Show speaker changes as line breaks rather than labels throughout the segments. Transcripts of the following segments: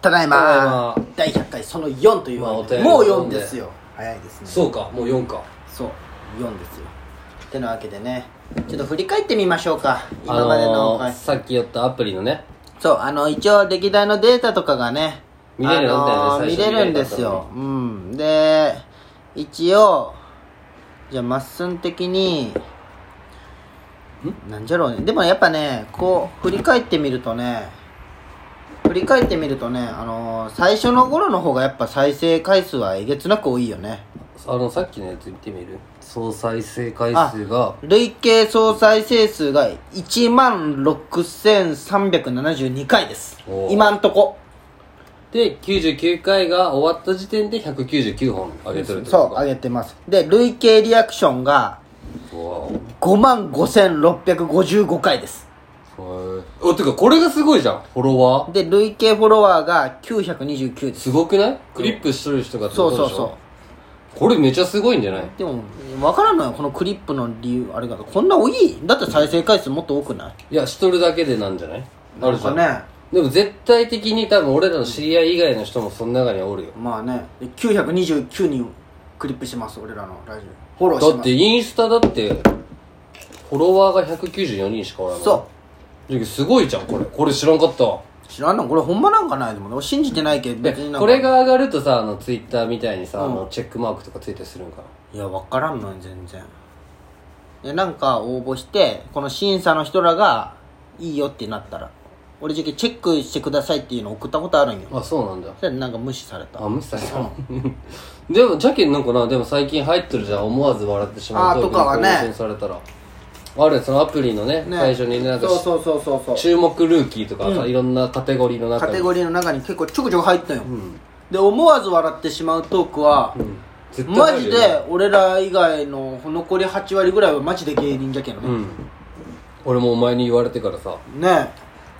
ただい
ただい
ま
ま
第100回その4というわけで
まあ
も
お
う
便り
4ですよ早いですね
そうかもう4か
そう4ですよてなわけでねちょっと振り返ってみましょうか今までの、
あ
は
のー
い
さっき言ったアプリのね
そうあの一応歴代のデータとかがね
見れるようになったよね
あのー
最初
見れるんですようんで一応じゃあまっすん的になんじゃろうねでもやっぱねこう振り返ってみるとね振り返ってみるとねあのー最初の頃の方がやっぱ再生回数はえげつなく多いよね
あのさっきのやつ見てみる総再生回数が
累計総再生数が1万6372回です
おー
今んとこ
で99回が終わった時点で199本上げてるって
そう上げてますで累計リアクションが
うわ
5万5655回です
おへえおてかこれがすごいじゃんフォロワー
で累計フォロワーが929です
すごくないクリップしてる人がって
そ
こ
う
と
そ
で
う
しょ
そう
これめちゃすごいんじゃないう
でも分からんのよこのクリップの理由あれがこんな多いだって再生回数もっと多くない
いやしとるだけでなんじゃないあるじゃん
なんかね
でも絶対的に多分俺らの知り合い以外の人もその中にはおるよ
まあねで929人クリップしてます俺らのラジオフォローしてます
だってインスタだってフォロワーが194人しかおらんの
そう
すごいじゃんこれこれ知らんかったわ
知らんのこれほんまなんかないでも俺信じてないけど別になんか
これが上がるとさあのツイッターみたいにさ、
うん
あのチェックマークとかついたりするんかない
や分からんのよ全然でなんか応募してこの審査の人らがいいよってなったら俺じゃけチェックしてくださいっていうの送ったことあるんよ
あそうなんだ
そしたらなんか無視された
あ無視された でもジャケンなんかなでも最近入ってるじゃん思わず笑ってしまう
あー
トークに
とかはね
更新されたらあるよそのアプリのね
ね
最初にねなんか
そうそうそうそうそう
注目ルーキーとかさ、いろんなカテゴリーの
カ
中に
テゴリーの中に結構ちょくちょく入ったんよ、で思わず笑ってしまうトークは、
絶対あ
マ
る
ジ
よ
で
ね
俺ら以外の残り8割ぐらいはマジで芸人じゃけんね、
うん俺もお前に言われてからさ
ね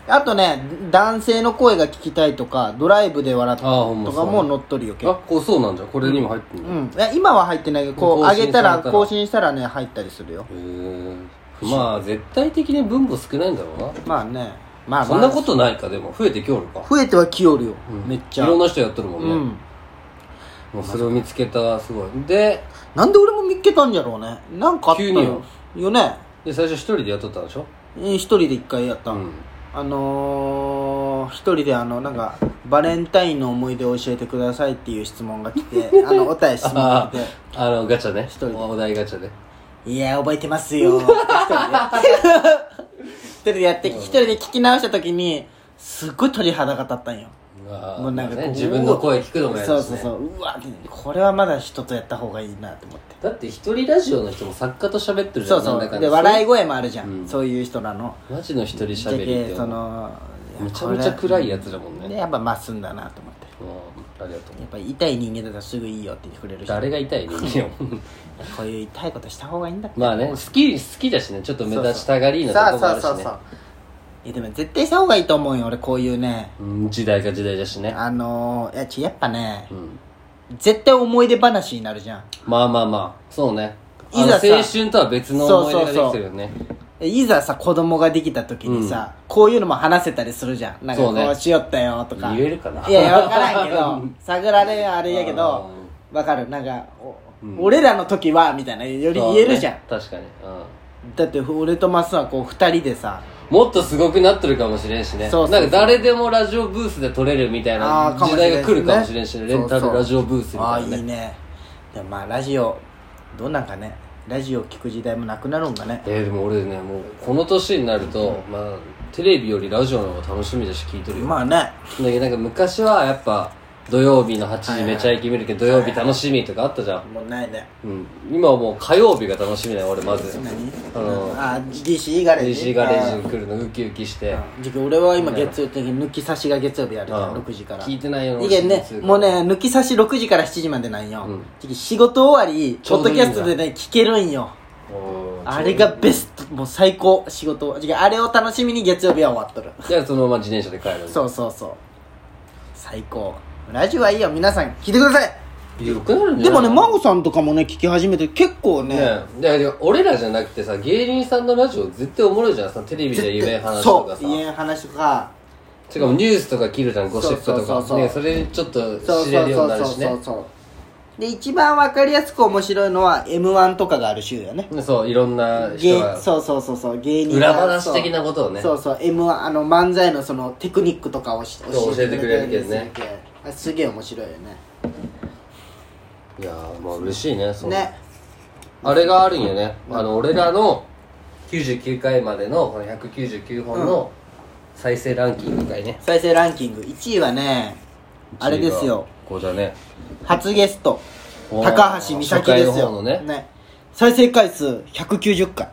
あとね男性の声が聞きたいとかドライブで笑った
あーほん
と
ま
か
そう
も載っとるよけ
あこうそうなんじゃんこれにも入ってん
う
の、へ
んいや今は入ってないけどこう
更新さ
上
れたら
げたら更新したらね入ったりするよ
えまあ絶対的に分母少ないんだろうな、
まあねまあ、まあ、
そんなことないかでも増えてきおるか
増えてはきよるよ、めっちゃ
いろんな人やっとるもんね、
うん
もうそれを見つけたすごいで
なんで俺も見っけたんじゃろうねなんかあった
急によ
よよね
で最初一人でやっとったんでしょ
うん一人で一回やった、
うん
あのー、一人であのなんかバレンタインの思い出を教えてくださいっていう質問が来 てあのお便り質問が
あ
来て
あのガチャね
人で
お題ガチャで
いや、覚えてます よ。一人で。一人でやって、一人で聞き直した時に、すっごい鳥肌が立ったんよ。
あー
もうなんかこう
ね、自分の声聞くのもやるし、
そ
ね、
うそうそう。うわ、これはまだ人とやった方がいいなと思って。
だって一人ラジオの人も作家と喋ってるじ
そ
ゃん
うそ
なんだか
う。
ん
で、
だ
笑い声もあるじゃん。
うん
そういう人らの。
マジの一人喋りっ
で
て
その、
めちゃめちゃ暗いやつだもんね
で、やっぱまっすんだなと思って。
うんありがとう
やっぱ痛い人間だったらすぐいいよって言ってくれる人。
誰が痛いねよ
こういう痛いことした方がいいんだって。
まあね好き好きだしねちょっと目立ちたがりな
さ
と
あ
こもあ
さあ
る
さ
し
あ
ね
さあ。いや、でも絶対した方がいいと思うよ、俺こういうね。
うん時代が時代だしね
あのー、いやちやっぱね
う、ん
絶対思い出話になるじゃん
まあまあまあそうねあの
いざさ
青春とは別の思い出ができてるよね
えいざさ子供ができた時にさ、こういうのも話せたりするじゃんなんか
そ
こ
うね
うしよったよとか、
言えるかない
やいや分からんけ ど探られあれやけど分かるなんか、お俺らの時はみたいなより言えるじゃん、
そうね確かにうん
だって俺とマスはこう2人でさ
もっとすごくなってるかもしれんしね
そうそうそう
なんか誰でもラジオブースで撮れるみたい
あ
な
ーかもしれ
時
ん
代
ね
が来るかもしれんしねレンタ
そう
ル
そう
ラジオブースみ
あ
た
あ
い
い
ないね
ねでもまあラジオどうなんかねラジオ聞く時代もなくなるんかね
えーでも俺ねもうこの年になるとまあテレビよりラジオの方が楽しみだし聞いてるよ
まあね
だけどなんか昔はやっぱ土曜日の8時めちゃイケ見るけど土曜日楽しみとかあったじゃん、
もうないね
うん、今はもう火曜日が楽しみだよ俺まずあの
あ DC ガレージ
DC ガレージに来るのウキウキして
じゃあ俺は今月曜的に抜き差しが月曜日やるじゃん
うん
6時から
聞いてないよ
いけんねもうね抜き差し6時から7時までなんよ、じゃあ仕事終わり
ち
ポ
ょ
ッ
うど
ド
いいん
キ
だ
ャストでね聞けるんよ
おー
あれがベストもう最高仕事じゃああれを楽しみに月曜日は終わっとる
じゃあそのまま自転車で帰る
そうそうそう最高ラジオはいいよ皆さん聞いてください
よくなるんじ
で
ゃな
も
い
ね真帆さんとかもね聞き始めて結構ね
ねいやいや俺らじゃなくてさ芸人さんのラジオ絶対おもろいじゃんさテレビで言えん話と
そ
か
う
さ
言えん話とか
しかもニュースとか切るじゃんゴシップ
そうそう
と
そうそ
か
う
ねそれにちょっと
そう
知
そ
れ
う
るよ
そう
うになるし
そ
ね
うそうで一番わかりやすく面白いのは m 1とかがある週やね
そういろんな人
芸
が
そうそうそうそう芸人
裏話的なことをね
そうそう m 1あの漫才のそのテクニックとかをし
そう教えてくれるけど
教えて
ね
くれるけどあすげえ面白いよね
いやーまあ嬉しいねその
ね
あれがあるんよね、あの俺らの99回までのこの199本の再生ランキング回ね、
再生ランキング1位はねあれですよ
こうだね
初ゲスト
おー
高橋美咲です
初回の
よ
方のね
再生回数190回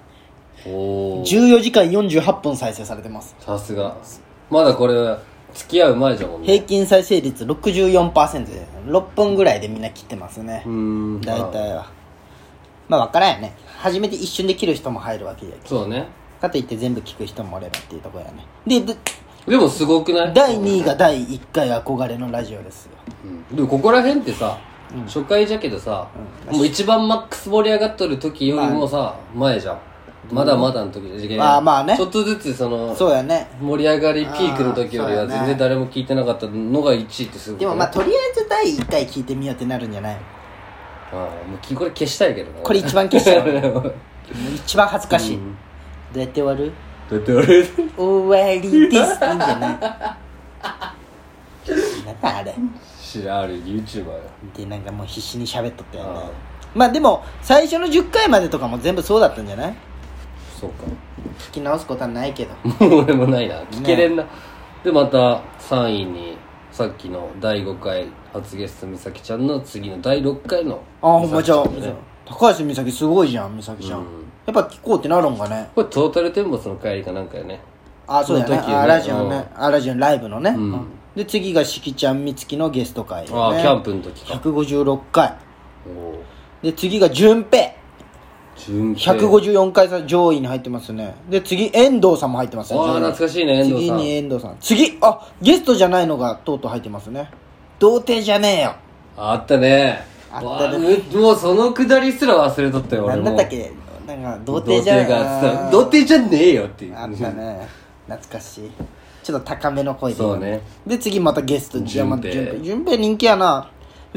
おお
14時間48分再生されてます
さすがまだこれ付き合う前じゃもん
平
ね
均再生率64%で6分ぐらいでみんな切ってますね
うーん
大体はまあ分からんよね初めて一瞬で切る人も入るわけやけど
そうね
かといって全部聞く人もおればっていうところやねでで
でもすごくない、
第2位が第1回憧れのラジオですよ
うんでもここら辺ってさ、初回じゃけどさ、もう一番マックス盛り上がっとる時よりもさ、前じゃんまだまだの時じゃけん
あーまあね
ちょっとずつその
そうやね
盛り上がりピークの時より
あ
は
ーそうやね
全然誰も聞いてなかったのが1位ってすごい
でもまあとりあえず第1回聞いてみようってなるんじゃない
あもうきこれ消したいけどな
これ一番消しちゃうもう一番恥ずかしい、どうやって終わる
だって俺
終わりですっていいんじゃないなんだあれ
知らんある YouTuber よ
でなんかもう必死に喋っとったよね
あ
まあでも最初の10回までとかも全部そうだったんじゃない
そう
聞き直すことはないけど
かもう俺もないな聞けれんな、でまた3位にさっきの第5回初ゲスト美咲ちゃんの次の第6回の
ああほんまじゃあ
美咲ちゃんね
高橋美咲すごいじゃん美咲ちゃん、
うん
やっぱ聞こうってなるんかね
これトータルテンボスの帰りかなんかよね
あそうだね
その時よね
あラジオねあラジオライブのね、
ん
うんで次がしきちゃんみつきのゲスト会、ね、
ああ、キャンプの時か
156回
おお
で次が順平
準
154回さ上位に入ってますねで次遠藤さんも入ってますね
ああ
上位
懐かしいね遠藤さん
次に遠藤さん次あゲストじゃないのがとうとう入ってますね童貞じゃねえよ
あったね
あったね
わあうもうそのくだりすら忘れとったよ俺
なん
も
だったっけなんか童
童
貞
貞
じゃねえ
が童貞じゃねえよっていう
あったね懐かしいちょっと高めの声で
そうね
で次またゲストじゃあまた
順平
順平順平人気やな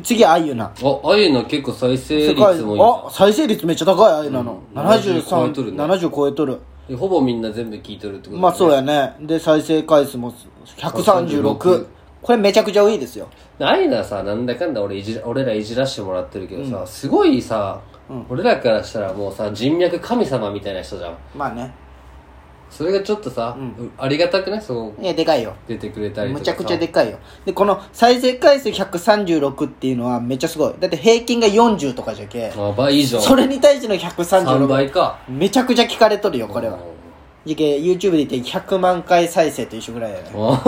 次あゆな
ああゆな結構再生
世
率
界
もいいな
あ再生率めっちゃ高いあゆなの、
うん
73
70超えとるね
70超えとる
でほぼみんな全部聞いてるってこと
まあそうやねで再生回数も136
136
これめちゃくちゃ多いですよ
あゆなさなんだかんだ俺いじら俺らいじらしてもらってるけどさ、すごいさ、俺らからしたらもうさ人脈神様みたいな人じゃん
まあね
それがちょっとさ、うありがたくないそう
いやでかいよ
出てくれたりと
む
かさ
ちゃくちゃでかいよでこの再生回数136っていうのはめっちゃすごいだって平均が40とかじゃけ
あ倍以上
それに対しての
3
136
倍か
めちゃくちゃ聞かれとるよこれは
う
じゃけ YouTube で言って100万回再生と一緒ぐらいだよね
んあ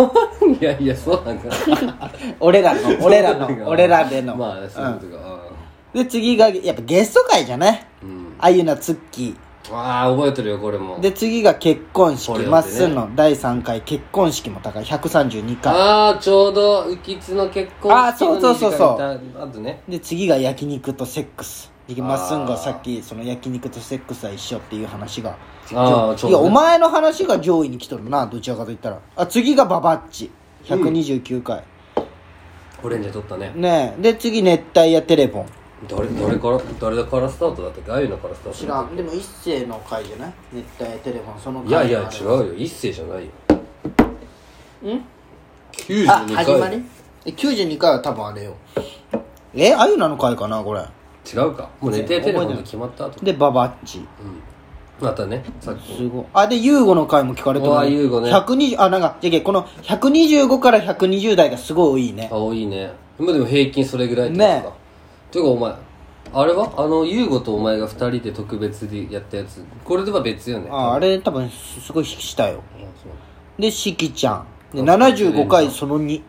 いやいやそうなんかな
俺らの俺ら
そうなんか
の
な
俺らでの、
まあそういうことか、
うんで次がやっぱゲスト会じゃね
うん
あゆなツッキ
ああ覚えてるよこれも
ーで次が結婚式
これ
ま
や
っ
ってね
すんの第3回結婚式も高い132回
ああちょうど浮き津の結婚
あーそうそうそうそう
あとね
で次が焼肉とセックスじゃけ
あー
まっすんがさっきその焼肉とセックスは一緒っていう話が
ああちょ
いうや
ど
お
ね、
前の話が上位に来とるなどちらかと言ったらあ次がババッチ129回、
オレンジ取ったね
ねえで次熱帯夜テレフォン
誰誰から誰からスタートだったっけあゆのからスタート
知らんでも一世の回じゃない熱帯夜テレフォンその回
いやいや違う
う
よ一世じゃないよ
ん
92
あ
回
始まりえ92回は多分あれよえあゆなの回かなこれ
違うかもう寝
覚
て
えて
テレ
な
フ
い
ォンで決まった後
でババッチ
うんまたねさっき
すごいあでユーゴの回も聞かれてる
うわユーゴね
120あなんかじゃけこの125から120代がすごい多いね
青いねまあでも平均それぐらいって
ね
ことかていうかお前あれはあの優吾とお前が2人で特別でやったやつこれでは別よね
ああれ多分すすごいしたよ
うんそう
でしきちゃんで75回その2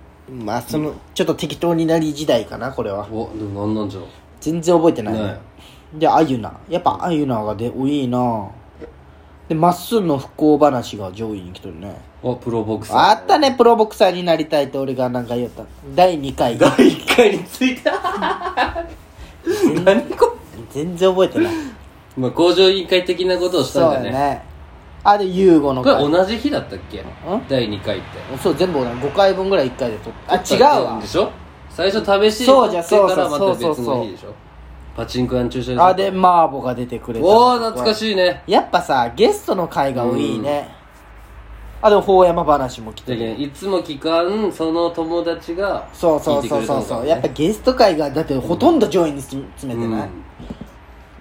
まあそのちょっと適当になり時代かなこれは
おでもなんなんじゃろ
全然覚えてない、
ね
であゆなやっぱあゆながで多いなでまっすんの不幸話が上位に来てるね
うあプロボクサー
あったねプロボクサーになりたいって俺がなんか言った第2回
第1回についた 何こ
全然覚えてない
れまあ工場委員会的なことをしたんだ
そう
ね
ねあでユーゴの
これ
回
同じ日だったっけ第2回って
そう全部同じ5回分ぐらい1回で撮ってあ違うわ
でしょ最初試し
そう
撮
じゃ
ってから
そ
ま
うそ
た
うそう
別の日でしょパチンコ屋の駐車場
あでマーボが出てくれた
おお懐かしいね
やっぱさゲストの回が多いねあでも法山話も来
じ
て
ゃけんいつも期間その友達が
そうそ
聞いうて
そ
く
う
れ
そ
た
う
のか
そ
も
う
ね
やっぱゲスト回がだってほとんど上位に詰めてない、
うん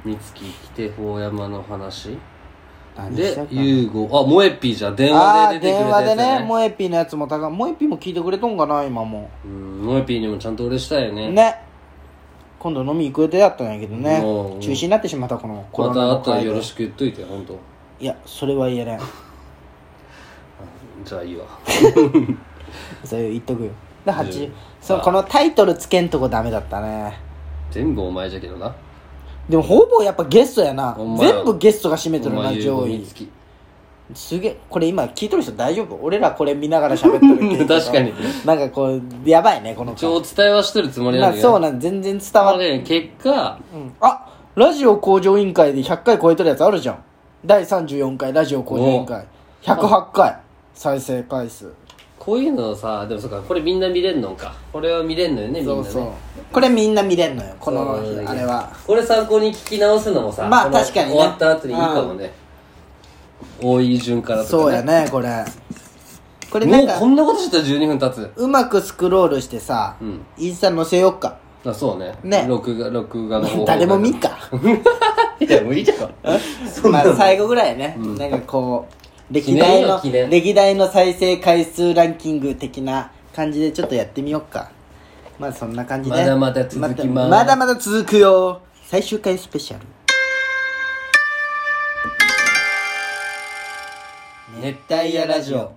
美月来て法山の話
何し
で
たかな
優吾あモエピーじゃん電
あ
話
あ
で出てく
電
れた
話で
やつだ
ね
ね
モエピのやつもたかモエピも聞いてくれとんかな今も
うんモエピーにもちゃんと俺したよね
ね今度飲み行く予定だったんやけどね
うん
中止になってしまったこのコロ
また
ナ
あ
の
ったら
回
よ
で
ろしく言っといて本当
いやそれは言え ない
じゃあいいわ
それ言っとくよで8
うん
そうこのタイトルつけんとこダメだったね
全部お前じゃけどな
でもほぼやっぱゲストやな
ほんまや
全部ゲストが占めて
お
るな
前優吾
上
美
位
月
すげえこれ今聞いとる人大丈夫俺らこれ見ながら喋ってるけど
確かに
なんかこうやばいねこの
一応お伝えはしてるつもり
な
な
ん
んだ
か
け
そう
ど
なん全然伝わっ
あのね結果
うんあラジオ向上委員会で100回超えてるやつあるじゃん第34回ラジオ向上委員会108回再生回数
こういうのさでもそうかこれみんな見れんのかこれは見れんのよねみんな
そう
ね
そうこれみんな見れんのよこの
そうなんだ
あれは
これ参考に聞き直すのもさ
まあ
この
確かにね
終わった後にいいかもね多い順からとか
そうやねこれこれな
も
ん
う
か
こんなことしてたら12分経つ
うまくスクロールしてさ
うん
インスタ載せよっか
あそうね
ね
録画録画の方法
誰も見んか
いや無理じゃん
まあ最後ぐらいねなんかこう歴代の
記念よ記念
歴代の再生回数ランキング的な感じでちょっとやってみよっかまあそんな感じで
まだまだ続きます
まだまだ続くよ最終回スペシャル
熱帯夜ラジオ